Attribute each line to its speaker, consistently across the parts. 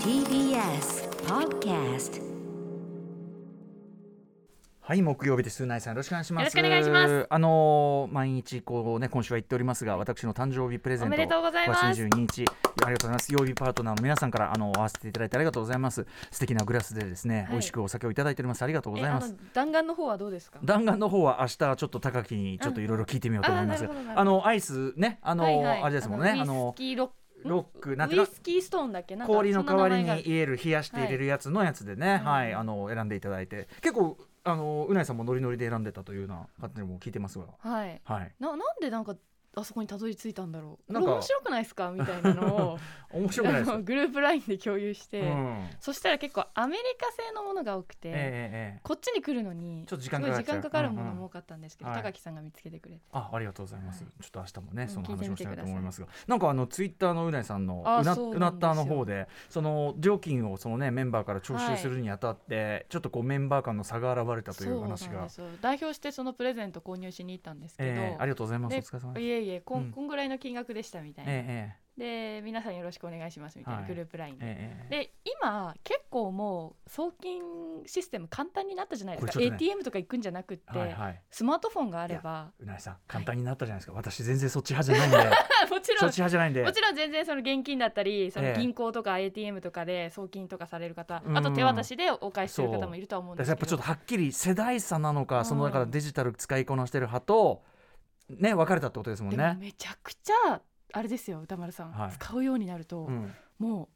Speaker 1: TBS Podcast
Speaker 2: はい、木曜日です。うないさん、よろしくお願いします。
Speaker 3: よろしくお願いします。
Speaker 2: あのー毎日こうね、今週は言っておりますが、私の誕生日プレゼント。
Speaker 3: おめでとうございます
Speaker 2: 5月22日、ありがとうございます。曜日パートナーの皆さんから、あの、会わせていただいてありがとうございます。素敵なグラスでですね、
Speaker 3: い
Speaker 2: 美味しくお酒をいただいております。ありがとうございます。
Speaker 3: えあの弾丸の方はどうですか
Speaker 2: 弾丸の方は明日ちょっと高木にちょっといろいろ聞いてみようと思います
Speaker 3: うんあーなるほどなる
Speaker 2: あ
Speaker 3: ほ
Speaker 2: のアイスねあの、
Speaker 3: はいはい
Speaker 2: あれですもんねあ
Speaker 3: ウイ
Speaker 2: の
Speaker 3: スキーロックん
Speaker 2: ロックなんていう
Speaker 3: ウ
Speaker 2: の
Speaker 3: イスキーストーンだっけなんか
Speaker 2: 氷の代わり
Speaker 3: そんな名前
Speaker 2: に
Speaker 3: が
Speaker 2: 入れる冷やして入れるやつのやつでね、
Speaker 3: は
Speaker 2: はいい
Speaker 3: うん
Speaker 2: あの選んでいただいて結構あのうないさんもノリノリで選んでたというような勝手にも聞いてますが
Speaker 3: あるはい
Speaker 2: はい
Speaker 3: ななんでなんかあそこにたどり着いたんだろうこ
Speaker 2: な
Speaker 3: れ
Speaker 2: んか
Speaker 3: 面白くないですかみたいなの を
Speaker 2: 面白くないです
Speaker 3: あ
Speaker 2: よ
Speaker 3: のグループラインで共有して、
Speaker 2: うん
Speaker 3: そしたら結構アメリカ製のものが多くて、
Speaker 2: ええええええ
Speaker 3: こっちに来るのに
Speaker 2: ちょっと時間
Speaker 3: すごい
Speaker 2: かかっ
Speaker 3: 時
Speaker 2: ちゃう
Speaker 3: 間かかるものも多かったんですけど、
Speaker 2: うんうんはい
Speaker 3: 高木さんが見つけてくれて、
Speaker 2: あありがとうございます、
Speaker 3: はい
Speaker 2: ちょっと明日もね
Speaker 3: ん
Speaker 2: その話
Speaker 3: 聞いて
Speaker 2: を
Speaker 3: み
Speaker 2: してたいと
Speaker 3: ください
Speaker 2: 思いますがなんかあのツイッターのうないさんの
Speaker 3: あ
Speaker 2: うな
Speaker 3: そう
Speaker 2: う
Speaker 3: な
Speaker 2: なんっ
Speaker 3: ですよ
Speaker 2: たーの方でその料金をそのねメンバーから徴収するにあたって、ちょっとこうメンバー間の差が現れたとい
Speaker 3: そううなんです
Speaker 2: 話が
Speaker 3: よ代表してそのプレゼント購入しに行ったんですけど、
Speaker 2: ええありがとうございますお
Speaker 3: で
Speaker 2: 疲れ様です
Speaker 3: いえいえこん,、
Speaker 2: うん
Speaker 3: こんぐらいの金額でしたみたいな、
Speaker 2: え
Speaker 3: で皆さんよろしくお願いしますみたいな、
Speaker 2: はい
Speaker 3: グループライン
Speaker 2: ええええええ
Speaker 3: で今結構もう送金システム簡単になったじゃないですか、
Speaker 2: これちょっとね
Speaker 3: ATM とか行くんじゃなくって、
Speaker 2: はいはい
Speaker 3: スマートフォンがあれば
Speaker 2: うなえさん簡単になったじゃないですか、私全然そっち派じゃないんで
Speaker 3: もち
Speaker 2: そ
Speaker 3: ろ
Speaker 2: っ
Speaker 3: ん
Speaker 2: ち派じゃないんで
Speaker 3: もちろん全然その現金だったりそ
Speaker 2: え
Speaker 3: の
Speaker 2: え
Speaker 3: 銀行とか ATM とかで送金とかされる方、
Speaker 2: うん
Speaker 3: あと手渡しでお返しする方もいるとは思うん
Speaker 2: だ
Speaker 3: で
Speaker 2: からやっ
Speaker 3: すけ
Speaker 2: ぱちょ
Speaker 3: ど
Speaker 2: っとはっきり世代差なのか、
Speaker 3: うん
Speaker 2: そのだからデジタル使いこなしてる派とね分かれたってことですもん
Speaker 3: でも
Speaker 2: ね。
Speaker 3: めちゃくちゃあれですよ歌丸さん、
Speaker 2: はい
Speaker 3: 使うようになると、
Speaker 2: うん
Speaker 3: も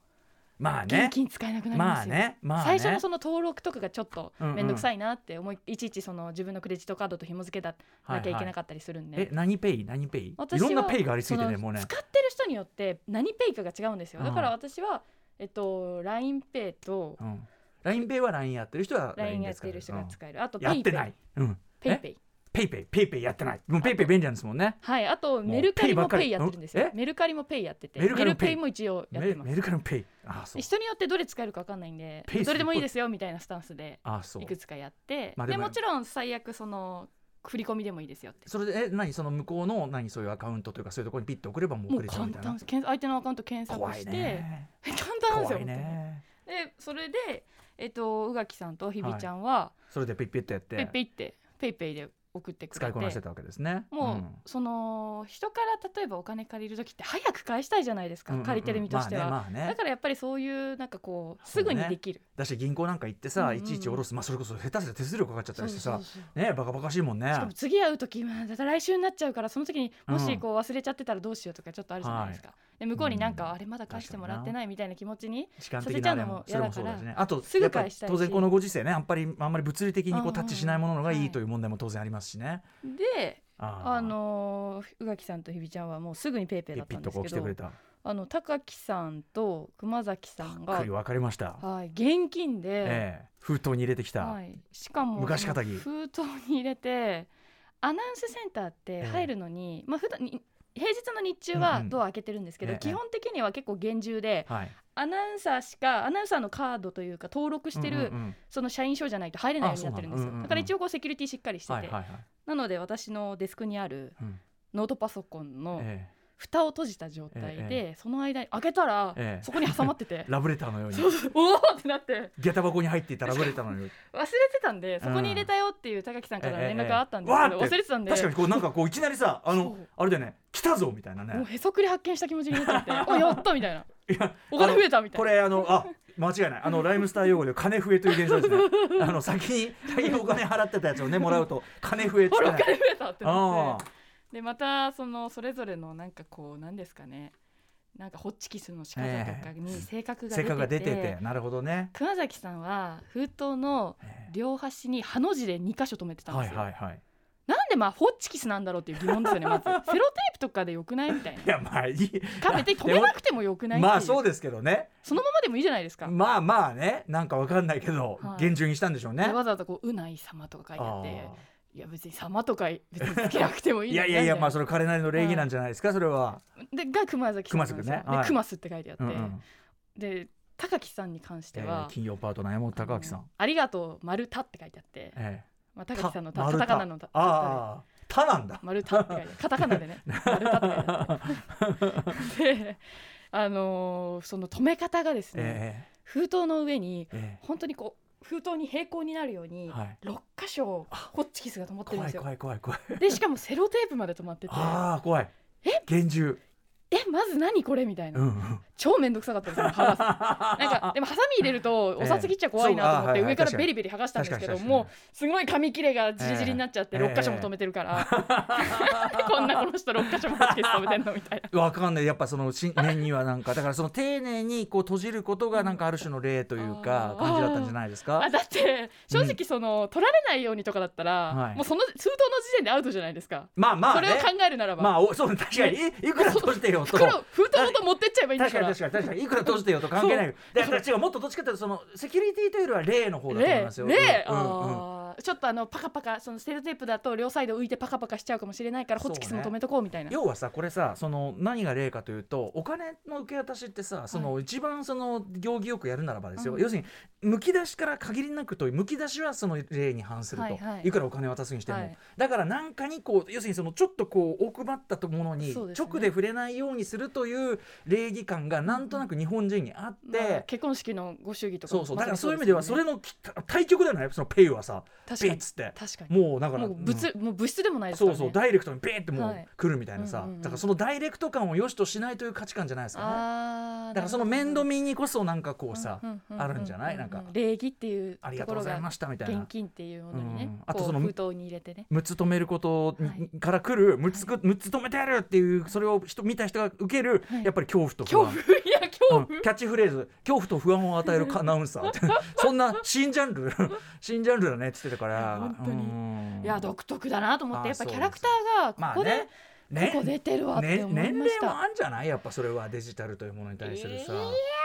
Speaker 2: まあ
Speaker 3: う
Speaker 2: ね
Speaker 3: 現。金使えなくなりま
Speaker 2: ますあ
Speaker 3: よ、
Speaker 2: ね。まあね。
Speaker 3: 最初のその登録とかがちょっと
Speaker 2: うんうん
Speaker 3: 面倒くさいなって思い,、いちいちその自分のクレジットカードと紐付けだなきゃいけなかったりするん
Speaker 2: は
Speaker 3: で、
Speaker 2: いはいえ何ペイ何ペイ？い
Speaker 3: 私は
Speaker 2: ろんなペイがありすぎて
Speaker 3: そ
Speaker 2: ね
Speaker 3: の
Speaker 2: もうね。
Speaker 3: 使ってる人によって何ペイかが違うんですよ
Speaker 2: うん
Speaker 3: だから私は、えっと、LINEPay と
Speaker 2: うん。ラインペイはラインやってる人は
Speaker 3: LINE や
Speaker 2: で
Speaker 3: っ
Speaker 2: すか
Speaker 3: て
Speaker 2: ら
Speaker 3: る人が使える、あと
Speaker 2: うんや
Speaker 3: PayPay
Speaker 2: ってない。うん。
Speaker 3: ペイ
Speaker 2: え
Speaker 3: ペイ
Speaker 2: ペイペイペイペイやってない。もうペイペイ便利なんですもんね。
Speaker 3: はいあと
Speaker 2: もう
Speaker 3: メルカリ
Speaker 2: ペイば
Speaker 3: も
Speaker 2: っかり
Speaker 3: ペイやってるんです
Speaker 2: う
Speaker 3: よ
Speaker 2: んえ
Speaker 3: メルカリもペイやっててメ
Speaker 2: メルカリ
Speaker 3: ル
Speaker 2: もペイ
Speaker 3: ペイも一応やっ
Speaker 2: メ
Speaker 3: てま
Speaker 2: メ
Speaker 3: す
Speaker 2: ルカリのペイ。あそう。
Speaker 3: 人によってどれ使えるか分かんないんで
Speaker 2: ペイする
Speaker 3: どれでもいいですよみたいなスタンスで
Speaker 2: あそう
Speaker 3: い。くつかやって
Speaker 2: まあ
Speaker 3: で
Speaker 2: でも
Speaker 3: もちろん最悪その振り込みでもいいですよって
Speaker 2: それでえ何その向こうの何そういうアカウントというかそういうところにピッと送ればもう送
Speaker 3: もう
Speaker 2: れちゃう
Speaker 3: 簡
Speaker 2: みたいな
Speaker 3: 単。検相手のアカウント検索
Speaker 2: 怖い
Speaker 3: して、
Speaker 2: ね。
Speaker 3: 簡単ですよ
Speaker 2: 怖いね。
Speaker 3: 本当にでそれでえっと宇垣さんとひびちゃんは、
Speaker 2: それでピッピッとやっ
Speaker 3: ペイ
Speaker 2: て
Speaker 3: ペイってペイペイで送ってくれて
Speaker 2: 使いこなしてたわけですね。
Speaker 3: もう、
Speaker 2: ん
Speaker 3: その人から例えばお金借りる時って早く返したいじゃないですか、
Speaker 2: うんうんうん
Speaker 3: 借りてる身としては、
Speaker 2: まあねまあね
Speaker 3: だからやっぱりそういうなんかこう
Speaker 2: そ
Speaker 3: す
Speaker 2: うね
Speaker 3: ぐにできる
Speaker 2: だし銀行なんか行ってさ、
Speaker 3: うんうん
Speaker 2: いちいち下ろす、まあ、それこそ下手すら手数料かかっちゃったりしてさ
Speaker 3: そうそうそう
Speaker 2: ねバカバカしいもんね
Speaker 3: しかも次会う時まあだから来週になっちゃうからその時にもしこう忘れちゃってたらどうしようとかちょっとあるじゃないですか、で向こうになんか、
Speaker 2: うん
Speaker 3: あれまだ返してもらってないみたいな気持ちに
Speaker 2: 時間
Speaker 3: させ
Speaker 2: 的
Speaker 3: ちゃ
Speaker 2: な
Speaker 3: うの
Speaker 2: ね
Speaker 3: も
Speaker 2: それもそうだしねあと
Speaker 3: すぐ
Speaker 2: やっぱ
Speaker 3: 返
Speaker 2: り
Speaker 3: したいし
Speaker 2: 当然このご時世ねあんまりあんまり物理的に
Speaker 3: うんう
Speaker 2: こ
Speaker 3: ん
Speaker 2: うタッチしないもののがい
Speaker 3: はい
Speaker 2: いという問題も当然ありますしね。
Speaker 3: で
Speaker 2: あー
Speaker 3: あのー宇垣さんとひびちゃんはもうすぐにペイペイ
Speaker 2: ピッ
Speaker 3: だっ
Speaker 2: ピッ
Speaker 3: たん
Speaker 2: と
Speaker 3: で
Speaker 2: こう
Speaker 3: すけ
Speaker 2: 来てくれ
Speaker 3: ど
Speaker 2: た。
Speaker 3: あの高木さんと熊崎さんが
Speaker 2: 来る分かりました。
Speaker 3: はい、現金で、
Speaker 2: ええ封筒に入れてきた。
Speaker 3: はい、しかも
Speaker 2: 昔かたぎ
Speaker 3: 封筒に入れてアナウンスセンターって
Speaker 2: え
Speaker 3: 入るのに、まあ普段に平日の日中は
Speaker 2: うんうん
Speaker 3: ドア開けてるんですけど、
Speaker 2: ええ
Speaker 3: 基本的には結構厳重で、
Speaker 2: はい。
Speaker 3: アナウンサーしかアナウンサーのカードというか登録してる、
Speaker 2: うんうんうん
Speaker 3: その社員証じゃないと入れないようになってるんですよ、
Speaker 2: あそうなのうんうんうん
Speaker 3: だから一応こうセキュリティしっかりしてて、
Speaker 2: はいはいはい。
Speaker 3: なので私のデスクにある
Speaker 2: うん
Speaker 3: ノートパソコンの
Speaker 2: え
Speaker 3: 蓋を閉じた状態で、
Speaker 2: え
Speaker 3: その間に開けたら、
Speaker 2: ええ
Speaker 3: そこに挟まっ てて
Speaker 2: えラブレターのように
Speaker 3: そうそうおおってなって。
Speaker 2: 下駄箱に入っていたラブレターの ように。
Speaker 3: 忘れてたんでそこに入れたよっていう高木さんからの連絡があったんです
Speaker 2: ええ
Speaker 3: け
Speaker 2: ええ
Speaker 3: ど、
Speaker 2: わーって
Speaker 3: 忘れてたんで
Speaker 2: 確かにこうなんかこういきなりさあの
Speaker 3: そう
Speaker 2: あれだよね来たぞみたいなね
Speaker 3: もうへそくり発見した気持ちになっちゃ って「おやった!」みたいな「お金増えた!」みたい
Speaker 2: こ
Speaker 3: な。
Speaker 2: れあのあ間違いないあのライムスター用語で金増えという現象です ねあの先に先にお金払ってたやつをねもらうと金増えっつっ
Speaker 3: ほ
Speaker 2: て
Speaker 3: らお
Speaker 2: ね
Speaker 3: 金増えたってな
Speaker 2: あ
Speaker 3: ってでまたそのそれぞれのなんかこうなんですかねなんかホッチキスの仕方とかに性格
Speaker 2: あ性格
Speaker 3: が
Speaker 2: が
Speaker 3: 出
Speaker 2: 出
Speaker 3: て
Speaker 2: て
Speaker 3: て,、
Speaker 2: てなるほどね
Speaker 3: 熊崎さんは封筒の
Speaker 2: え
Speaker 3: 両端にハの字で2箇所止めて
Speaker 2: え
Speaker 3: たん
Speaker 2: は
Speaker 3: で
Speaker 2: い
Speaker 3: すよ、
Speaker 2: はいはい
Speaker 3: なんでまあホッチキスなんだろうっていう疑問ですよね まずセロテープとかでよくないみたいない
Speaker 2: やまあいい
Speaker 3: かめて止めなくてもよくないって いう
Speaker 2: まあそうですけどね
Speaker 3: そのままでもいいじゃないですか
Speaker 2: まあまあねなんかわかんないけど
Speaker 3: はい
Speaker 2: 厳重にしたんでしょうね
Speaker 3: でわざわざこう「うない様」とか書いてあ
Speaker 2: あ
Speaker 3: って
Speaker 2: ー
Speaker 3: いや別に様とか別につけなくてもいい
Speaker 2: いやいやいやまあ
Speaker 3: そ
Speaker 2: それ彼なりの礼儀なんじゃないですかそれは
Speaker 3: でが熊崎さんなんで
Speaker 2: 熊
Speaker 3: すよ
Speaker 2: 崎ねはい
Speaker 3: で熊須って書いてあって、
Speaker 2: うんうん
Speaker 3: で高木さんに関して
Speaker 2: え
Speaker 3: は
Speaker 2: ー、金曜パートナー山本高明さ
Speaker 3: あ
Speaker 2: ん
Speaker 3: のありがとう丸太って書いてあって、
Speaker 2: え
Speaker 3: まあ、
Speaker 2: え
Speaker 3: 高木さんの
Speaker 2: た
Speaker 3: たカ
Speaker 2: 丸
Speaker 3: タ
Speaker 2: 太
Speaker 3: カナのた
Speaker 2: ああ たなんだ
Speaker 3: 丸太って書いてあるカタカナでね丸太って書いてあってであのーその止め方がですね、
Speaker 2: え
Speaker 3: 封筒の上に
Speaker 2: ええ
Speaker 3: 本当にこう封筒に平行になるように、
Speaker 2: はい
Speaker 3: 六6箇所
Speaker 2: あ
Speaker 3: ホッチキスが止まっ
Speaker 2: え
Speaker 3: てるん
Speaker 2: 怖
Speaker 3: で
Speaker 2: い
Speaker 3: すよ
Speaker 2: 怖い怖い怖い
Speaker 3: でしかもセロテープまで止まってて
Speaker 2: ああ怖い厳重
Speaker 3: えまず何これみたいな、
Speaker 2: うんうん
Speaker 3: 超めんどくさかったですね剥がすなん かでもハサミ入れるとお札切っちゃ怖いなと思
Speaker 2: ええそうあーはい
Speaker 3: って
Speaker 2: はい
Speaker 3: 上から
Speaker 2: 確かに
Speaker 3: ベリベリ剥がしたんですけど
Speaker 2: 確かに確かに
Speaker 3: もうすごい紙切れがじりじりになっちゃって
Speaker 2: ええ
Speaker 3: 6箇所も止めてるから、 こんなこの人6箇所もホッチキス止めてんのみたいな
Speaker 2: わかんないやっぱその新年にはなんかだからその丁寧にこう閉じることがなんかある種の例というか
Speaker 3: あー
Speaker 2: 感じだったんじゃないですか
Speaker 3: あだって正直その、取られないようにとかだったら、
Speaker 2: はい
Speaker 3: もうその封筒の時点でアウトじゃないですか、
Speaker 2: まあまあ
Speaker 3: それを
Speaker 2: ね
Speaker 3: 考えるならば、
Speaker 2: まあおそう確かにいいくら閉じてよと
Speaker 3: 袋を封筒ごと持ってっちゃえばいいんだ
Speaker 2: 確からに
Speaker 3: か
Speaker 2: 確かに確か にいくら閉じてよと関係ないだから違うもっとどっちかというとそのセキュリティというよりは例の方だと思いますよ。
Speaker 3: ねね
Speaker 2: うんうん
Speaker 3: あーちょっとあのパカパカそのセルテープだと両サイド浮いてパカパカしちゃうかもしれないからホッチキスも
Speaker 2: そうね
Speaker 3: 止めとこうみたいな、
Speaker 2: 要はさこれさその何が例かというとお金の受け渡しってさその一番その行儀よくやるならばですよ、
Speaker 3: うん
Speaker 2: 要するにむき出しから限りなくとむき出しはその例に反すると、
Speaker 3: はい
Speaker 2: い
Speaker 3: はい
Speaker 2: くらお金渡すにしても、
Speaker 3: はい
Speaker 2: だから何かにこう要するにそのちょっとこう奥まったものに
Speaker 3: そうですね
Speaker 2: 直で触れないようにするという礼儀感がなんとなく日本人にあって。
Speaker 3: まあ結婚式のご祝儀とか
Speaker 2: そうそうだからそういう意味では
Speaker 3: まさ
Speaker 2: そ
Speaker 3: に
Speaker 2: れのき対極だよねそのペイはさ
Speaker 3: そうです
Speaker 2: ペ
Speaker 3: よ
Speaker 2: イ
Speaker 3: ね
Speaker 2: っつって
Speaker 3: 確かに確かに
Speaker 2: もうだから
Speaker 3: もう物、もう物質でもないですか
Speaker 2: そ
Speaker 3: ら、
Speaker 2: う
Speaker 3: ね。
Speaker 2: そうダイレクトにペーっても
Speaker 3: は
Speaker 2: う
Speaker 3: い
Speaker 2: 来るみたいなさ、
Speaker 3: うんうんうん
Speaker 2: だからそのダイレクト感を良しとしないという価値観じゃないですかね
Speaker 3: ああ。
Speaker 2: だからその面倒見にこそなんかこ
Speaker 3: も
Speaker 2: うさ、あるんじゃないなんか
Speaker 3: 礼儀っていう
Speaker 2: あり
Speaker 3: と
Speaker 2: が
Speaker 3: こと
Speaker 2: うご
Speaker 3: ろ
Speaker 2: ざい
Speaker 3: が
Speaker 2: ましたみたい
Speaker 3: 現
Speaker 2: な
Speaker 3: 金っていうものにね、
Speaker 2: うん
Speaker 3: あ
Speaker 2: あ
Speaker 3: と
Speaker 2: と
Speaker 3: そ
Speaker 2: そ
Speaker 3: の
Speaker 2: の
Speaker 3: 封筒に入れてね。
Speaker 2: 6つ止めることに、
Speaker 3: はい
Speaker 2: から来る6つく6つ止めてやるっていうそれを人見た人が受ける、
Speaker 3: はい
Speaker 2: やっぱり恐怖と不
Speaker 3: 恐
Speaker 2: 安
Speaker 3: 怖いや恐怖、
Speaker 2: うんキャッチフレーズ「恐怖と不安を与えるアナウンサー」ってそんな新ジャンル新ジャンルだねっつってたから
Speaker 3: 本当に
Speaker 2: うん
Speaker 3: いや独特だなと思って
Speaker 2: あ
Speaker 3: やっ
Speaker 2: そ
Speaker 3: ぱ
Speaker 2: う
Speaker 3: キ
Speaker 2: です
Speaker 3: ャラクターが
Speaker 2: ま
Speaker 3: こ
Speaker 2: あ
Speaker 3: こで、
Speaker 2: ねね
Speaker 3: ここ出てるわって
Speaker 2: ね
Speaker 3: 思い
Speaker 2: 年
Speaker 3: まし
Speaker 2: 齢
Speaker 3: た。
Speaker 2: もあんじゃないやっぱそれはデジタルというものに対するさ、
Speaker 3: いや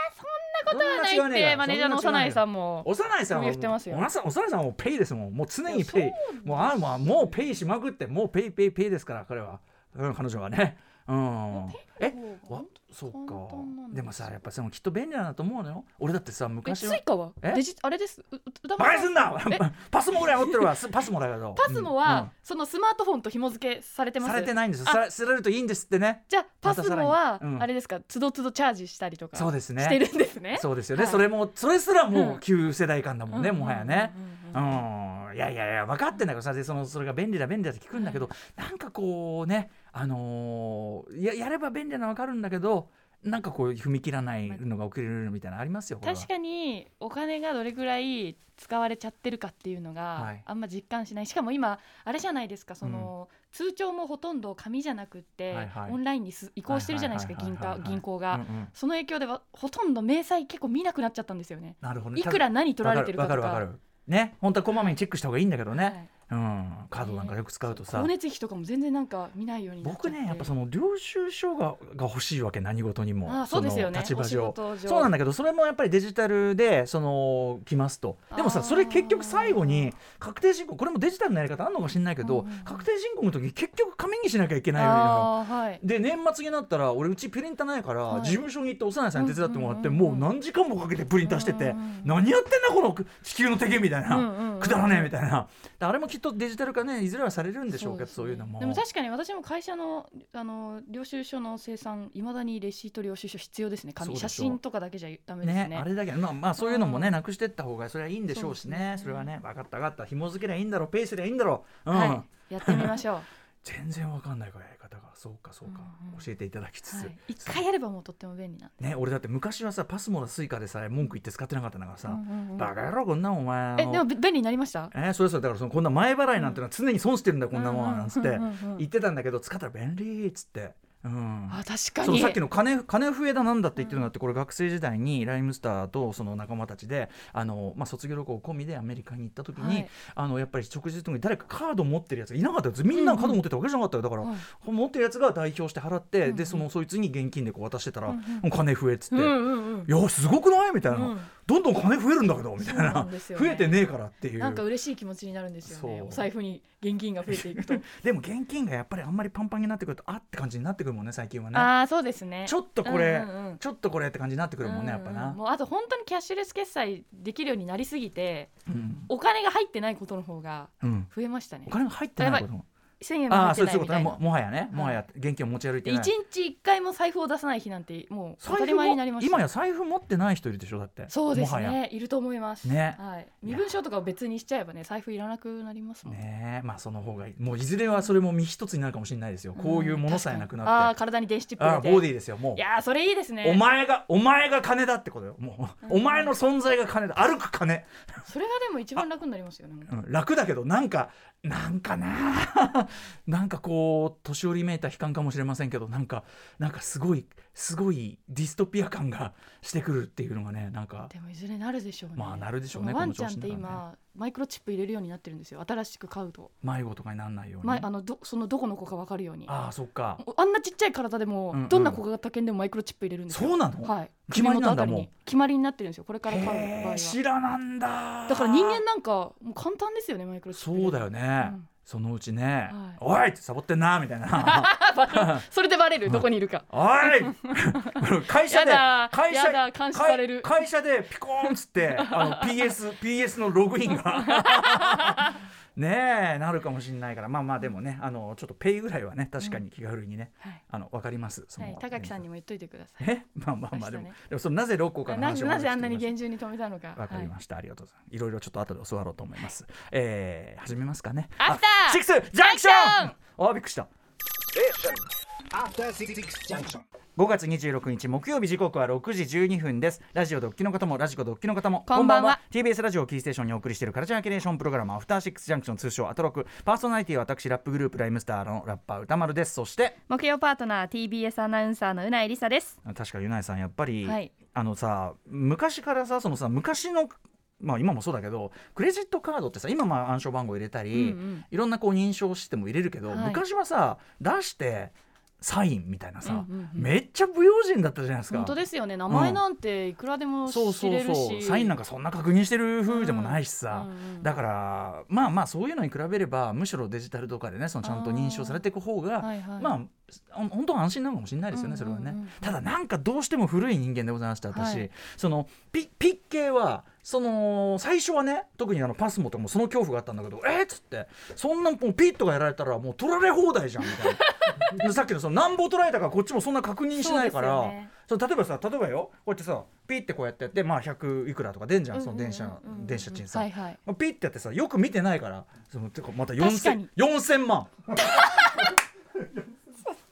Speaker 2: そんなこと
Speaker 3: そんなことはないってマネージャーの幼いさ
Speaker 2: ん
Speaker 3: んも。
Speaker 2: 幼いさんは
Speaker 3: 首振ってますよ
Speaker 2: おなさ幼いさんはもうペイですもんもう常にペ
Speaker 3: いや
Speaker 2: イもうあもうもうペイしまくってもうペイペイペイですから彼は、うん、彼女はねうんえわそうか
Speaker 3: 簡単なんです
Speaker 2: でもさやっぱそのきっと便利だなと思うのよ俺だってさ
Speaker 3: え
Speaker 2: 昔
Speaker 3: ス
Speaker 2: は
Speaker 3: イカは
Speaker 2: え
Speaker 3: デジあれです。うう歌
Speaker 2: バカ
Speaker 3: 丸
Speaker 2: に
Speaker 3: さ
Speaker 2: す
Speaker 3: ん
Speaker 2: んな
Speaker 3: え
Speaker 2: パスモぐらい持ってるわすパスモだけど
Speaker 3: パスモ
Speaker 2: うんうん
Speaker 3: は、そのスマートフォンと紐付けされてます。
Speaker 2: されてないんですよ
Speaker 3: あ
Speaker 2: さらされるといいんですってね
Speaker 3: じゃあパ
Speaker 2: ま
Speaker 3: ス
Speaker 2: た
Speaker 3: モは
Speaker 2: さらにうん
Speaker 3: あれですか、つどつどチャージしたりとか
Speaker 2: そうですね
Speaker 3: してるんですね。
Speaker 2: そうですよね、
Speaker 3: はい
Speaker 2: それもそれすらも
Speaker 3: うん
Speaker 2: う旧世代間だもんね、
Speaker 3: うん
Speaker 2: もはやね
Speaker 3: うん
Speaker 2: うん、いやいやいや分かってんだけどさでそのそれが便利だ便利だって聞くんだけど、なんかこうねあのーややれば便利なの分かるんだけどなんかこう踏み切らないのが起きるみたいなのありますよこれは
Speaker 3: 確かにお金がどれぐらい使われちゃってるかっていうの
Speaker 2: は
Speaker 3: が
Speaker 2: い
Speaker 3: あんま実感しない、しかも今あれじゃないですかその、通帳もほとんど紙じゃなくって、
Speaker 2: はいはい
Speaker 3: オンラインにす移行してるじゃないですか
Speaker 2: はい
Speaker 3: 銀
Speaker 2: はいはいはい
Speaker 3: 行
Speaker 2: はい
Speaker 3: 銀行が、
Speaker 2: うんうん
Speaker 3: その影響ではほとんど明細結構見なくなっちゃったんですよね
Speaker 2: なるほどね
Speaker 3: いくら何取られてるかとか
Speaker 2: 分かる分かる分かるね本当はこまめにチェックした方がいいんだけどね、
Speaker 3: はい
Speaker 2: うんカードなんかよく使うとさ、
Speaker 3: 光熱費とかも全然なんか見ないようになっちゃって
Speaker 2: 僕ねやっぱその領収書がが欲しいわけ何事にも
Speaker 3: ああそうですよね
Speaker 2: その立場
Speaker 3: お
Speaker 2: 上
Speaker 3: 仕事上
Speaker 2: そうなんだけどそれもやっぱりデジタルでその来ますとでも
Speaker 3: あ
Speaker 2: さ
Speaker 3: ー
Speaker 2: それ結局最後に確定申告これもデジタルのやり方あるのかもしれないけど、
Speaker 3: うんうんうん
Speaker 2: 確定申告の時結局紙にしなきゃいけないようになるの
Speaker 3: あーはい
Speaker 2: で年末になったら俺うちプリンターないから、
Speaker 3: はい
Speaker 2: 事務所に行って幼いさんに手伝ってもらって、
Speaker 3: うんうんうんうん
Speaker 2: もう何時間もかけてプリンターしてて、
Speaker 3: うんうん
Speaker 2: 何やってんだこの地球の手芸みたいな、
Speaker 3: うんうんうん
Speaker 2: くだらねえみたいなであれもきっとデジタル化ねいずれはされるんでしょうけどそう,、
Speaker 3: ですね
Speaker 2: いうのも。
Speaker 3: でも確かに私も会社のあの領収書の生産いまだにレシート領収書必要ですね
Speaker 2: そう
Speaker 3: 紙
Speaker 2: でしょ
Speaker 3: 写
Speaker 2: う
Speaker 3: 真とかだけじゃダメですね
Speaker 2: ね、あれだけど、まあ、まあそういうのもね、
Speaker 3: うん
Speaker 2: なくしてった方がそれはいいんでしょうしね
Speaker 3: そうですね
Speaker 2: それはね分かった分かった紐付けりゃいいんだろうペースりゃいいんだろう、うん
Speaker 3: はい、やってみまし ょう、
Speaker 2: 全然分かんないからやり方がそうかそうか、
Speaker 3: うんうん
Speaker 2: 教えていただきつ
Speaker 3: は
Speaker 2: つ、
Speaker 3: い、一回やればもうとっても便利なんで
Speaker 2: ね、俺だって昔はさパスモだスイカでさえ文句言って使ってなかったんだからさ、
Speaker 3: うんうんうん
Speaker 2: バカ野郎こんなもんお前あ
Speaker 3: え
Speaker 2: の
Speaker 3: でもべ便利になりました
Speaker 2: えーそれそれだからそのこんな前払いなんてのは常に損してるんだ、こんなもんはなんつって、
Speaker 3: うんうんうんうん
Speaker 2: 言ってたんだけど使ったら便利っつって、うん、
Speaker 3: あ確か
Speaker 2: その
Speaker 3: に
Speaker 2: さっきの金金笛だなんだって言ってるのだってこれ学生時代にライムスターとその仲間たちであの、まあ、卒業旅行込みでアメリカに行った時に、
Speaker 3: はい
Speaker 2: あのやっぱり食事の時に誰かカード持ってるやつがいなかったんですみんなカード持ってたわけじゃなかったよだから、
Speaker 3: はい
Speaker 2: 持ってるやつが代表して払って、
Speaker 3: うんうん
Speaker 2: でそのそいつに現金でこう渡してたら「
Speaker 3: うん
Speaker 2: もう金増え」っつって。
Speaker 3: うんうんうん
Speaker 2: いやすごくないみたいな、
Speaker 3: うん
Speaker 2: どんどん金増えるんだけどみたい
Speaker 3: そうな
Speaker 2: な、
Speaker 3: んですよ ね
Speaker 2: 増えてねえからっていう
Speaker 3: なんか嬉しい気持ちになるんですよね
Speaker 2: そう
Speaker 3: お財布に現金が増えてい くと
Speaker 2: でも現金がやっぱりあんまりパンパンになってくるとあって感じになってくるもんね最近はね
Speaker 3: ああそうですね
Speaker 2: ちょっとこれ、
Speaker 3: うんうんうん
Speaker 2: ちょっとこれって感じになってくるもんねやっぱ
Speaker 3: うんうん
Speaker 2: な
Speaker 3: うん、もうあと本当にキャッシュレス決済できるようになりすぎて
Speaker 2: うん
Speaker 3: お金が入ってないことの方が
Speaker 2: うん
Speaker 3: 増えましたね
Speaker 2: お金が入ってない
Speaker 3: や
Speaker 2: ことも
Speaker 3: 1000円も
Speaker 2: あ
Speaker 3: 払
Speaker 2: あ
Speaker 3: っ
Speaker 2: そ
Speaker 3: て
Speaker 2: うい
Speaker 3: ないう
Speaker 2: ことねも
Speaker 3: みたいな
Speaker 2: もはやねもはや現金を持ち歩いて
Speaker 3: 一
Speaker 2: ない
Speaker 3: 日一回も財布を出さない日なんてもう当たり
Speaker 2: も
Speaker 3: 前になりました
Speaker 2: 今や財布持ってない人いるでしょだって
Speaker 3: そうです
Speaker 2: もはや
Speaker 3: ねいると思います、
Speaker 2: ね
Speaker 3: はい、身分証とかを別にしちゃえばね財布いらなくなりますもん
Speaker 2: ねえまあその方がいいもういずれはそれも身一つになるかもしれないですよこういうものさえなく
Speaker 3: うんあ
Speaker 2: なっ
Speaker 3: あ
Speaker 2: て、
Speaker 3: 体に電子チップ
Speaker 2: ああ
Speaker 3: 入れて
Speaker 2: ボディですよもう
Speaker 3: いやーそれいいですね
Speaker 2: お前がお前が金だってことよもう、お前の存在が金だ歩く金、
Speaker 3: それがでも一番楽になりますよね
Speaker 2: うん楽だけどなんかなんかな なんかこう年寄りめいた悲観かもしれませんけどなんかなんかすごいすごいディストピア感がしてくるっていうのがねなんか
Speaker 3: でもいずれなるでしょうね
Speaker 2: まあなるでしょうね
Speaker 3: そのワンちゃんっ
Speaker 2: この
Speaker 3: て
Speaker 2: 調子ならね
Speaker 3: 今マイクロチップ入れるようになってるんですよ新しく買うと、
Speaker 2: 迷子とかにならないように、
Speaker 3: まあのどそのどこの子か分かるように
Speaker 2: ああそっか
Speaker 3: あんなちっちゃい体でも、
Speaker 2: うんうん
Speaker 3: どんな小型犬でもマイクロチップ入れるんですよ
Speaker 2: そうなの
Speaker 3: はい
Speaker 2: 決まりなんだ
Speaker 3: 首元あた
Speaker 2: も
Speaker 3: に決まりになってるんですよこれから買う場合
Speaker 2: へえ
Speaker 3: は
Speaker 2: 知らなんだ
Speaker 3: だから人間なんかもう簡単ですよねマイクロチップ入れ
Speaker 2: そう
Speaker 3: る
Speaker 2: だよね、
Speaker 3: うん
Speaker 2: そのうちね「おい!」ってサボってんなみたいな。
Speaker 3: それでバレるどこにいるか
Speaker 2: おい 会社で
Speaker 3: やだ
Speaker 2: 会社
Speaker 3: やだ監視される
Speaker 2: 会会社でピコーンっつってあの PS, PS のログインが ねえなるかもしれないからまあまあでもねあのちょっとペイぐらいはね確かに気軽にね、
Speaker 3: はい
Speaker 2: あのわかりますその、
Speaker 3: はい高木さんにも言っといてください
Speaker 2: えまあまあまあでも,、
Speaker 3: 明日ね
Speaker 2: でもそのなぜ六個かの
Speaker 3: な
Speaker 2: 話
Speaker 3: ぜ
Speaker 2: を
Speaker 3: なぜあんなに
Speaker 2: ちょっと
Speaker 3: 厳重に止めたのか
Speaker 2: わかりま
Speaker 3: し
Speaker 2: した、ありがとうございますいろいろちょっと後で教わろうと思います、えー、始めますかね
Speaker 3: アフター
Speaker 2: あシックスジャンクション
Speaker 3: ジャンク
Speaker 2: あびっくりした
Speaker 4: After Six Junction.
Speaker 2: 5月26日木曜日時刻は6時12分ですラジオドッキの方もラジコドッキの方も
Speaker 3: こんばんは
Speaker 2: TBS ラジオをキーステーションにお送りしているカルチャーキュレーションプログラムアフターシックスジャンクション通称アトロクパーソナリティは私ラップグループライムスターのラッパー歌丸ですそして
Speaker 5: 木曜パートナー TBS アナウンサーのうないりさです
Speaker 2: 確かユナイさんやっぱり、
Speaker 3: はい
Speaker 2: あのさ昔からさそのさ昔のまあ今もそうだけどクレジットカードってさ今まあ暗証番号入れたり、
Speaker 3: うんうん
Speaker 2: いろんなこう認証システム入れるけど、
Speaker 3: はい
Speaker 2: 昔はさ出してサインみたいなさ、
Speaker 3: うんうんうん
Speaker 2: めっちゃ不用心だったじゃないですか。
Speaker 3: 本当ですよね名前なんていくらでも
Speaker 2: そうそ
Speaker 3: 知
Speaker 2: う
Speaker 3: れるし、
Speaker 2: そうサインなんかそんな確認してる風でもないしさ、
Speaker 3: うんうんうん
Speaker 2: だからまあまあそういうのに比べればむしろデジタルとかでねそのちゃんと認証されていく方が
Speaker 3: はいはい
Speaker 2: まあほん本当は安心なのかもしれないですよね、
Speaker 3: うんうんうんうん
Speaker 2: それはねただなんかどうしても古い人間でございまして私、
Speaker 3: はい
Speaker 2: そのピピッ系はその最初はね特にあのパスモとかもその恐怖があったんだけどえっ、っつってそんなもうピッとかやられたらもう取られ放題じゃんみたいな。 でさっきのそのなんぼ取られたかこっちもそんな確認しないから
Speaker 3: そ
Speaker 2: そうう、
Speaker 3: ですよね
Speaker 2: 例えばさ例えばよこうやってさピッてこうやってやってまあ100いくらとか出んじゃんその電車、
Speaker 3: うんうんうんうん
Speaker 2: 電車賃さ、
Speaker 3: はいはい
Speaker 2: まあピッてやってさよく見てないからそのてかまた
Speaker 3: 確かに
Speaker 2: 4000 4000万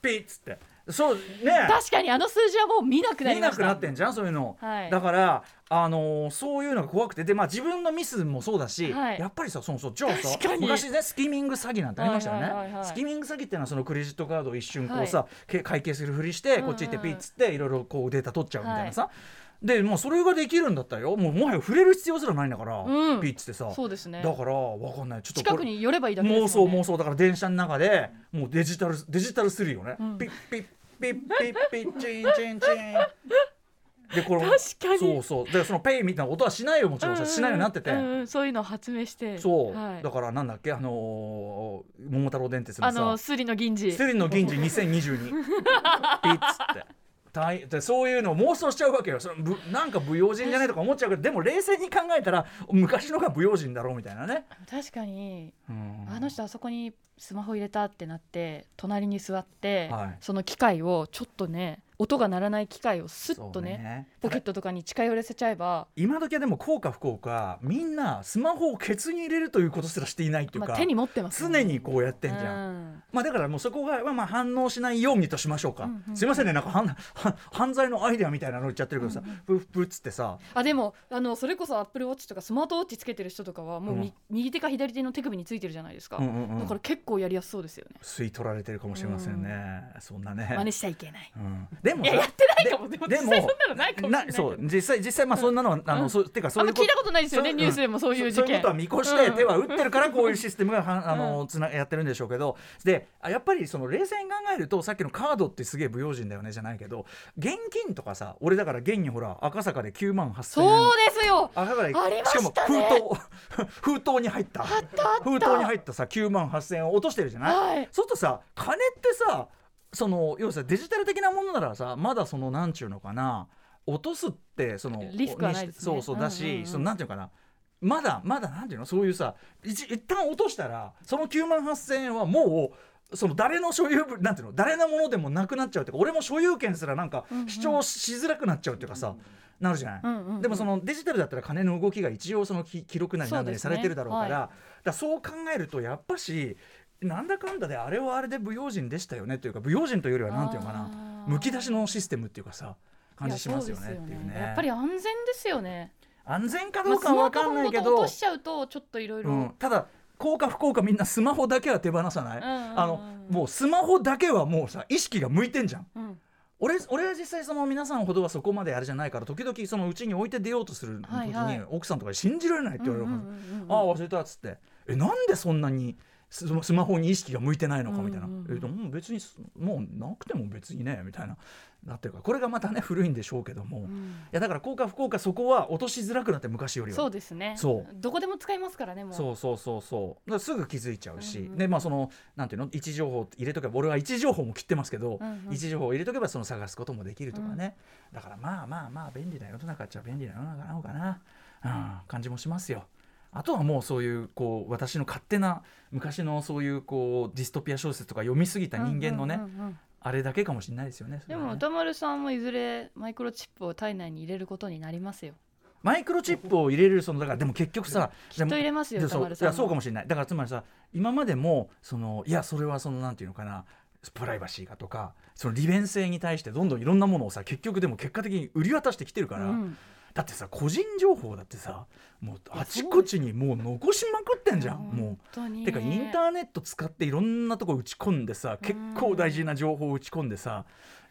Speaker 2: ピッつってそうね
Speaker 3: 確かにあの数字はもう見なくなり
Speaker 2: 見
Speaker 3: ま
Speaker 2: な
Speaker 3: し
Speaker 2: く
Speaker 3: た
Speaker 2: なってんじゃんそういうの、
Speaker 3: はい
Speaker 2: だから、あのーそういうのが怖くてで、まあ、自分のミスもそうだし、
Speaker 3: はい
Speaker 2: やっぱりさそうそうじゃあさ
Speaker 3: 確かに
Speaker 2: 昔ねスキミング詐欺なんてありましたよね、
Speaker 3: はいはいはいはい
Speaker 2: スキミング詐欺っていうのはそのクレジットカードを一瞬こうさ、け会計するふりして、
Speaker 3: うんうん
Speaker 2: こっち行ってピッつっていろいろこうデータ取っちゃうみたいなさ、でもうそれができるんだったらよもうもはや触れる必要すらないんだから、
Speaker 3: うん
Speaker 2: ピッつってさ
Speaker 3: そうですね
Speaker 2: だからわかんないちょっと
Speaker 3: 近
Speaker 2: これ
Speaker 3: くに寄ればいいだけ
Speaker 2: 妄
Speaker 3: です
Speaker 2: 想
Speaker 3: もんね
Speaker 2: 妄想だから電車の中でもうデジタルデジタルするよね、
Speaker 3: ん
Speaker 2: ピッピッピッピッピッチンチンチンでこれ確
Speaker 3: かに
Speaker 2: そうそうでそのペイみたいな音はしないよもちろんさ、
Speaker 3: うんうん
Speaker 2: しないようになってて、
Speaker 3: うんうんそういうのを発明して
Speaker 2: そう、
Speaker 3: はい
Speaker 2: だからなんだっけあのー桃太郎電鉄の
Speaker 3: あ
Speaker 2: さ
Speaker 3: のスリの銀次
Speaker 2: スリの銀次2022ピッつって大でそういうのを妄想しちゃうわけよそのぶなんか不用心じゃないとか思っちゃうけどでも冷静に考えたら昔のが不用心だろうみたいなね、
Speaker 3: 確かに
Speaker 2: うん
Speaker 3: あの人あそこにスマホ入れたってなって隣に座って、
Speaker 2: はい
Speaker 3: その機械をちょっとね音が鳴らない機械をスッ
Speaker 2: そ
Speaker 3: とね
Speaker 2: うね
Speaker 3: ポケットとかに近寄らせちゃえば、
Speaker 2: 今時はでも効か不幸かみんなスマホをケツに入れるということすらしていないっていうか、
Speaker 3: まあ、手に持ってますもんね、
Speaker 2: 常にこうやってんじゃん、
Speaker 3: うん
Speaker 2: まあ、だからもうそこが、まあ、まあ反応しないようにとしましょうか、
Speaker 3: うんうんうん
Speaker 2: すいませんねなんかはん は犯罪のアイデアみたいなの言っちゃってるけどさ、プップッつってさ
Speaker 3: あでもあのそれこそアップルウォッチとかスマートウォッチつけてる人とかはもうみ、
Speaker 2: うん
Speaker 3: 右手か左手の手首についてるじゃないですか、
Speaker 2: うんうんうん
Speaker 3: だから結構やりやすそうですよね
Speaker 2: 吸い取られてるかもしれませんね、そんなね。
Speaker 3: 真似しちゃいけない
Speaker 2: うん、でも
Speaker 3: いや
Speaker 2: さ
Speaker 3: やってないかもでも
Speaker 2: で
Speaker 3: 実際そんなのないかもしれない
Speaker 2: なそう実際実際まあそんなのは、あのそうてかそ
Speaker 3: あん
Speaker 2: うい
Speaker 3: ま
Speaker 2: うこと
Speaker 3: 聞いたことないですよね
Speaker 2: そう
Speaker 3: ニュースでもそういう事
Speaker 2: そういう
Speaker 3: 件
Speaker 2: ことは見越して
Speaker 3: うん
Speaker 2: 手は打ってるからこういうシステムが はんあのつなやってるんでしょうけどであやっぱりその冷静に考えるとさっきのカードってすげえ不用心だよねじゃないけど現金とかさ俺だから現にほら赤坂で9万8000円
Speaker 3: そうですよ
Speaker 2: 赤坂で
Speaker 3: あり
Speaker 2: し
Speaker 3: まし
Speaker 2: かも
Speaker 3: たね
Speaker 2: 封筒 封筒に入った封筒に入ったさ9万8000円を落としてるじゃない、
Speaker 3: はい
Speaker 2: そうするとさ金ってさその要はさデジタル的なものならさまだそのなんちゅうのかな落とすってその
Speaker 3: リスクはないですね
Speaker 2: そうそうだし、
Speaker 3: うんうんうん
Speaker 2: そのなんていうのかなまだまだなんていうのそういうさ一一旦落としたらその9万8,000円はもうその誰の所有物なんていうの誰のものでもなくなっちゃうっていうか俺も所有権すらなんか主張しづらくなっちゃうっていうかさ、なるじゃない、
Speaker 5: うんうんうん
Speaker 2: でもそのデジタルだったら金の動きが一応その記記録なりなんなりされてるだろうから
Speaker 3: そうですね
Speaker 2: だからそう考えるとやっぱしなんだかんだであれはあれで不用心でしたよねというか不用心というよりはなんていうのかな
Speaker 3: あー
Speaker 2: むき出しのシステムっていうかさ感じしますよ
Speaker 3: いや
Speaker 2: ね
Speaker 3: そう
Speaker 2: っ
Speaker 3: で
Speaker 2: ていう
Speaker 3: やっ
Speaker 2: ね。
Speaker 3: ぱり安全ですよね。
Speaker 2: 安全かど
Speaker 3: まあ
Speaker 2: うかはわかんないけ
Speaker 3: スマホごと
Speaker 2: ど
Speaker 3: 落としちゃうとちょっといろいろ。
Speaker 2: うん、ただ幸か不幸かみんなスマホだけは手放さない、
Speaker 3: うんうんうん
Speaker 2: あのもうスマホだけはもうさ意識が向いてんじゃん
Speaker 3: うん
Speaker 2: 俺俺は実際その皆さんほどはそこまであれじゃないから時々そのうちに置いて出ようとする時に、
Speaker 3: はいはい
Speaker 2: 奥さんとかに信じられないって言われるから、
Speaker 5: うんうんうんうん
Speaker 2: ああ忘れたっつってえなんでそんなにススマホに意識が向いてないのかみたいな、
Speaker 3: うんうんうん
Speaker 2: えでも別にすもうなくても別にねみたいななってるからこれがまたね古いんでしょうけども、いやだから幸か不幸かそこは落としづらくなって昔よりは
Speaker 3: そうですね。
Speaker 2: そう
Speaker 3: どこでも使いますからねもう。
Speaker 2: そうそうそうそうだからすぐ気づいちゃうし、
Speaker 3: うんうん
Speaker 2: でまあそのなんていうの位置情報入れとけば俺は位置情報も切ってますけど、
Speaker 3: うん
Speaker 2: 位
Speaker 3: うん
Speaker 2: 置情報を入れとけばその探すこともできるとかね、だからまあまあまあ便利な世の中っちゃ便利な世の中なのかな、うん、感じもしますよ。あとはもうそういうこう私の勝手な昔のそういうこうディストピア小説とか読みすぎた人間のね、
Speaker 5: うんうんうんうん
Speaker 2: あれだけかもしれないですよね。それ
Speaker 3: で
Speaker 2: はね
Speaker 3: も歌丸さんもいずれマイクロチップを体内に入れることになりますよ。
Speaker 2: マイクロチップを入れるそのだからでも結局さき
Speaker 3: っと入れますよ
Speaker 2: そう
Speaker 3: 歌丸さ
Speaker 2: い
Speaker 3: んも
Speaker 2: やそうかもしれないだからつまりさ今までもそのいやそれはそのなんていうのかなプライバシーがとかその利便性に対してどんどんいろんなものをさ結局でも結果的に売り渡してきてるから、
Speaker 3: うん
Speaker 2: だってさ個人情報だってさもうあちこちにもう残しまくってんじゃんも
Speaker 3: 本当
Speaker 2: う。
Speaker 3: に。
Speaker 2: てかインターネット使っていろんなとこ打ち込んでさ結構大事な情報を打ち込んでさ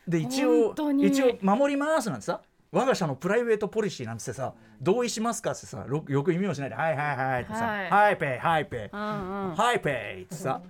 Speaker 2: で一応
Speaker 3: 本当に
Speaker 2: 一応守りますなんてさ我が社のプライベートポリシーなんてさ同意しますかってさろよく意味をしないで「はいはいはい」ってさ
Speaker 5: はい
Speaker 2: 「はいペイはいペイ
Speaker 5: うんうん
Speaker 2: はいペイ」ってさ、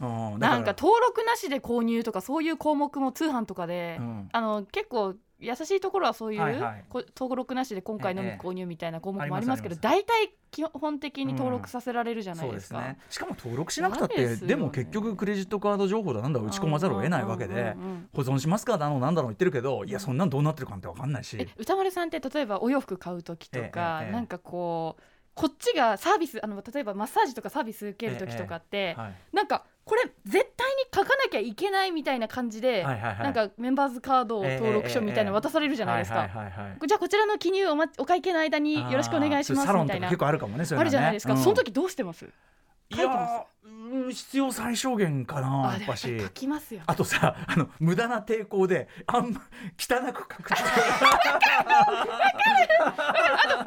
Speaker 2: うん、だ
Speaker 3: な
Speaker 2: ら
Speaker 3: んか登録なしで購入とかそういう項目も通販とかで、
Speaker 2: うん
Speaker 3: あの結構優しいところはそういう、
Speaker 2: はいはい
Speaker 3: こ登録なしで今回のみ
Speaker 2: ええ
Speaker 3: 購入みたいな項目
Speaker 2: あり
Speaker 3: も
Speaker 2: ます
Speaker 3: ありますけど、
Speaker 2: ありま
Speaker 3: 大体基本的に登録させられるじゃな
Speaker 2: そ
Speaker 3: いうで
Speaker 2: ですす
Speaker 3: か。
Speaker 2: ねしかも登録しなくたっ
Speaker 3: そう
Speaker 2: て
Speaker 3: で,、
Speaker 2: です
Speaker 3: よね
Speaker 2: も結局クレジットカード情報だなんだ打ち込まざるを得ないわけで
Speaker 3: うんうんうんうん
Speaker 2: 保存しますかだのなんだろう言ってるけどいやそんなんどうなってるかなんて分かんないし
Speaker 3: え歌丸さんって例えばお洋服買う時とか、
Speaker 2: ええええ
Speaker 3: なんかこうこっちがサービスあの例えばマッサージとかサービス受ける時とかって、
Speaker 2: はい
Speaker 3: なんかこれ絶対に書かなきゃいけないみたいな感じで、
Speaker 2: はいはいはい
Speaker 3: なんかメンバーズカード登録書みたいなの渡されるじゃないですか。
Speaker 2: はいはいはいはい
Speaker 3: じゃあこちらの記入お,、ま、お会計の間によろしくお願いしま
Speaker 2: あー
Speaker 3: す
Speaker 2: サロン
Speaker 3: み
Speaker 2: と
Speaker 3: た
Speaker 2: か
Speaker 3: いな
Speaker 2: 結構あるかもねそういうのね
Speaker 3: あるじゃないですか、
Speaker 2: うん
Speaker 3: その時どうしてます
Speaker 2: い
Speaker 3: 書いてます
Speaker 2: やーうん必要最小限かなやっぱ
Speaker 3: でも
Speaker 2: し
Speaker 3: 書きますよ
Speaker 2: あとさあの無駄な抵抗であんま汚く書く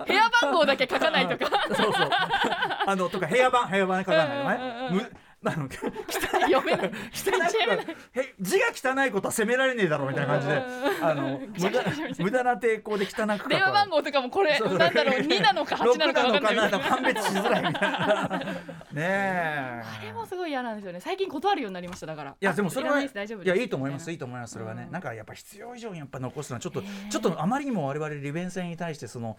Speaker 3: 部屋番号だけ書かないとか
Speaker 2: そうそうあのとか部屋版部屋版書かない
Speaker 3: うんうんうん
Speaker 2: ねむあの汚
Speaker 3: 読めない
Speaker 2: く へ字が汚いことは責められねえだろみたいな感じであの
Speaker 3: ぐ
Speaker 2: 無
Speaker 3: ちゃ
Speaker 2: 駄
Speaker 3: ぐちゃぐちゃぐちゃ
Speaker 2: 無駄な抵抗で汚く書く
Speaker 3: 電話番号とかもこれ
Speaker 2: そう
Speaker 3: なんだろう2なのか8なのか分かんない
Speaker 2: 六判別しづらいみたいな ねえ
Speaker 3: あれもすごい嫌なんですよね最近断るようになりましただから
Speaker 2: いやでもそれ
Speaker 3: あ
Speaker 2: はい
Speaker 3: らないです大丈夫です
Speaker 2: やいいと思いますい
Speaker 3: み
Speaker 2: いと思いますそれはね、
Speaker 3: うん
Speaker 2: なんかやっぱ必要以上にやっぱ残すのはちょっと、
Speaker 3: ねえ
Speaker 2: ちょっとあまりにも我々利便性に対してその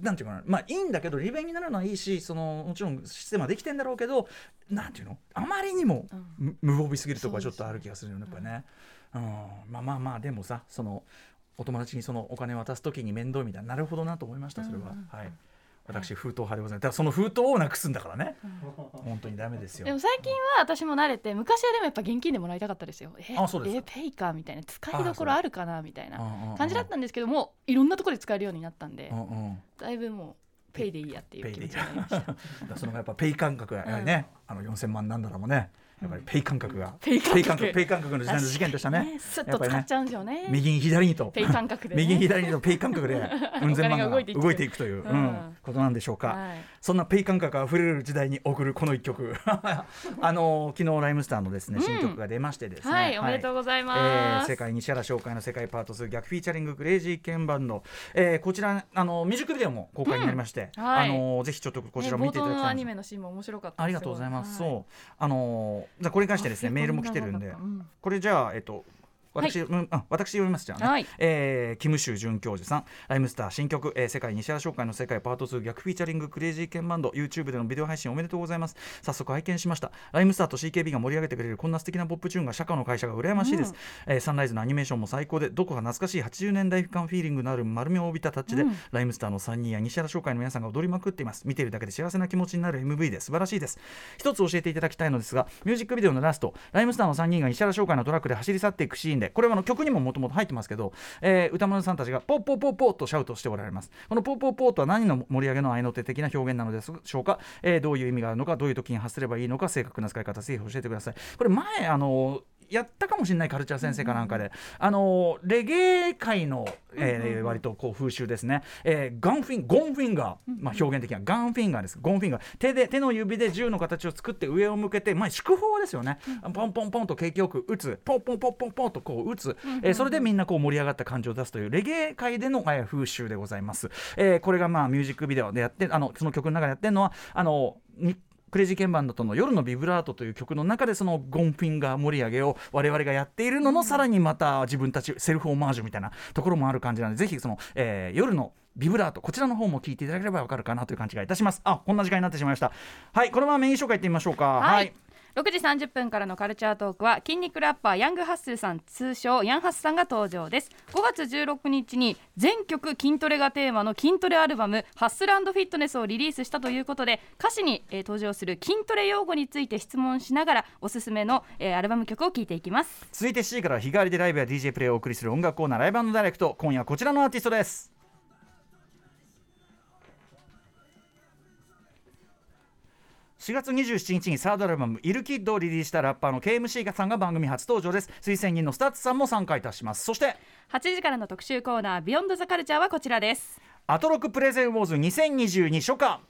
Speaker 2: なんていうかなまあいいんだけど利便になるのはいいしそのもちろんシステムはできてんだろうけどなんていうのあまりにもむ無防備すぎるとこはちょっとある気がするよねやっぱね、うん、まあまあまあでもさそのお友達にそのお金渡すときに面倒みたいななるほどなと思いましたそれは、はい私封筒派でございますだからその封筒をなくすんだからね、本当にダメです
Speaker 3: たいな
Speaker 2: よ
Speaker 3: でも最近は私も慣れて昔はでもやっぱ現金でもらいたかったですよえ
Speaker 2: あそうです
Speaker 3: えペイかみたいな使いどころあるかなみたい
Speaker 2: うんうんう
Speaker 3: なん感じだったんですけどもういろんなところで使えるようになったんで
Speaker 2: うんうん
Speaker 3: だいぶもうペイでいいやってい
Speaker 2: ペ
Speaker 3: う
Speaker 2: イ
Speaker 3: 気
Speaker 2: でいい
Speaker 3: 持ちになりました
Speaker 2: そのやっぱペイ感覚がやはりね、あの4000万なんだらもねやっぱりペイ感覚が、
Speaker 3: ペイ感覚
Speaker 2: ペイ感覚の時代の事件でしたね
Speaker 3: ねスッと使っちゃうんですよね
Speaker 2: 右に左にと
Speaker 3: ペイ感覚でね
Speaker 2: 右に左にとペイ感覚でうん千万が
Speaker 3: お金が動いていって
Speaker 2: 動いていくという、うん
Speaker 3: うん
Speaker 2: ことなんでしょうか、
Speaker 3: はい
Speaker 2: そんなペイ感覚あふれる時代に送るこの一曲 あの昨日ライムスターのですね新曲が出ましてですね、
Speaker 3: はい、おめでとうございま
Speaker 2: えー
Speaker 3: す。
Speaker 2: 世界西原紹介の世界パート2逆フィーチャリングクレイジーケンバンド、えーこちらあのミュージックビデオも公開になりまして、
Speaker 3: うんはい
Speaker 2: あのぜひちょっとこちら
Speaker 3: ね
Speaker 2: も見ていただ
Speaker 3: 冒
Speaker 2: き
Speaker 3: 頭の
Speaker 2: たい
Speaker 3: ア
Speaker 2: んで
Speaker 3: ニ
Speaker 2: す
Speaker 3: メのシーンも面白かった
Speaker 2: あ
Speaker 3: で
Speaker 2: り
Speaker 3: す
Speaker 2: がとうございます。
Speaker 3: は
Speaker 2: そう、あのーじゃあこれに関してですね、
Speaker 3: あ
Speaker 2: メールも来てるんで
Speaker 3: セコンドがなかったうん、
Speaker 2: これじゃあえっと私、うんうん私読みますじゃあね、
Speaker 6: はい
Speaker 2: えーキム・シュウ准教授さんライムスター新曲、えー世界西原商会の世界パート2逆フィーチャリングクレイジーケンバンド YouTube でのビデオ配信おめでとうございます早速拝見しましたライムスターと CKB が盛り上げてくれるこんな素敵なポップチューンが社会の会社が羨ましいです、えーサンライズのアニメーションも最高でどこか懐かしい80年代感フィーリングのある丸みを帯びたタッチで、ライムスターの3人や西原商会の皆さんが踊りまくっています見ているだけで幸せな気持ちになる MV で素晴らしいです一つ教えていただきたいのですがミュージックビデオのラストライムスターの3人が西原商会のトラックで走り去っていくシーンでこれはあの曲にももともと入ってますけど、えー歌丸さんたちがポッポッポッポッとシャウトしておられますこのポッポッポッとは何の盛り上げの合いの手的な表現なのでしょうか、えーどういう意味があるのかどういう時に発すればいいのか正確な使い方ぜひ教えてくださいこれ前あのやったかもしれないカルチャー先生かなんかで、あのレゲエ界の、えー割とこう風習ですね、えーガンフィンゴンフィンガー、まあ、表現的にはガンフィンガーですゴンフィンガー手で手の指で銃の形を作って上を向けて、まあ、祝砲ですよね、ポンポンポンと景気よく打つポンポンポンポンポンとこう打つ、えーそれでみんなこう盛り上がった感情を出すというレゲエ界での、えー風習でございます、えーこれがまあミュージックビデオでやってあのその曲の中でやってるのはあのにクレイジーケンバンドとの「夜のビブラート」という曲の中でそのゴンフィンガー盛り上げを我々がやっているののさらにまた自分たちセルフオマージュみたいなところもある感じなのでぜひその、えー夜のビブラートこちらの方も聞いていただければわかるかなという感じがいたしますあこんな時間になってしまいましたはいこのままメイン紹介いってみましょうか
Speaker 3: はい、6時30分からのカルチャートークは筋肉ラッパーヤングハッスルさん通称ヤンハッスさんが登場です5月16日に全曲筋トレがテーマの筋トレアルバム「ハッスルフィットネス」をリリースしたということで歌詞に、えー登場する筋トレ用語について質問しながらおすすめの、えーアルバム曲を聴いていきます
Speaker 2: 続いて C からは日替わりでライブや DJ プレイをお送りする音楽コーナーライブダイレクト今夜はこちらのアーティストです4月27日にサードアルバム「イルキッド」をリリースしたラッパーの KMC さんが番組初登場です推薦人のスタッツさんも参加いたしますそして
Speaker 3: 8時からの特集コーナー「ビヨンドザカルチャーはこちらです
Speaker 2: アトロックプレゼンウォーズ2022初夏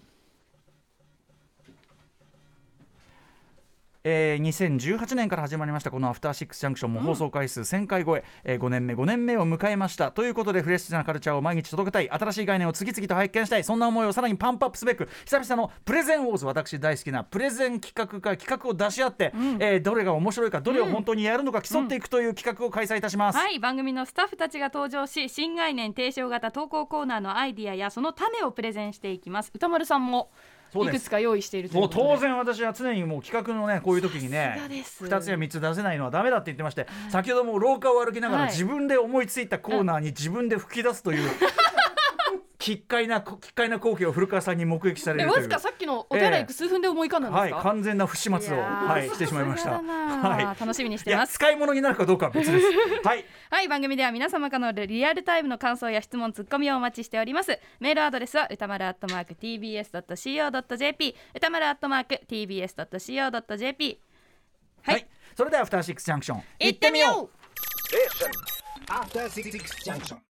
Speaker 2: えー、2018年から始まりましたこの「アフターシックスジャンクション」も放送回数1000回超ええー5年目5年目を迎えましたということでフレッシュなカルチャーを毎日届けたい新しい概念を次々と拝見したいそんな思いをさらにパンプアップすべく久々のプレゼンウォーズ私大好きなプレゼン企画会企画を出し合って、えーどれが面白いかどれを本当にやるのか競っていくという企画を開催いたします、
Speaker 3: はい番組のスタッフたちが登場し新概念提唱型投稿コーナーのアイディアやその種をプレゼンしていきます歌丸さんも
Speaker 2: そう
Speaker 6: い
Speaker 2: です
Speaker 6: くつか用意しているという
Speaker 2: もう
Speaker 6: ことで
Speaker 2: 当然私は常にもう企画のねこういう時にね
Speaker 6: さすがです
Speaker 2: 2つや3つ出せないのはダメだって言ってまして、先ほども廊下を歩きながら
Speaker 6: はい
Speaker 2: 自分で思いついたコーナーに自分で吹き出すという、 奇怪な奇怪な光景を古川さんに目撃され
Speaker 6: え
Speaker 2: ると
Speaker 6: わ
Speaker 2: い
Speaker 6: ず
Speaker 2: う
Speaker 6: か。さっきのお手洗い行く数分で思い浮かんだんで
Speaker 2: は
Speaker 6: す
Speaker 2: い、
Speaker 6: か、
Speaker 2: 完全な不始末を、はい、してしまいました。
Speaker 3: さすがだな
Speaker 2: はい、
Speaker 3: 楽しみにし
Speaker 2: い
Speaker 3: て
Speaker 2: や、
Speaker 3: ます
Speaker 2: 使い物になるかどうかは 別です。はい、
Speaker 3: はい番組では皆様からのリアルタイムの感想や質問ツッコミをお待ちしておりますメールアドレスは歌丸アットマーク tbs.co.jp 歌丸アットマーク tbs.co.jp
Speaker 2: は、
Speaker 3: はいい
Speaker 2: それではアフターシックスジャンクション、
Speaker 3: 行ってみよう
Speaker 4: Station. After Six Junction.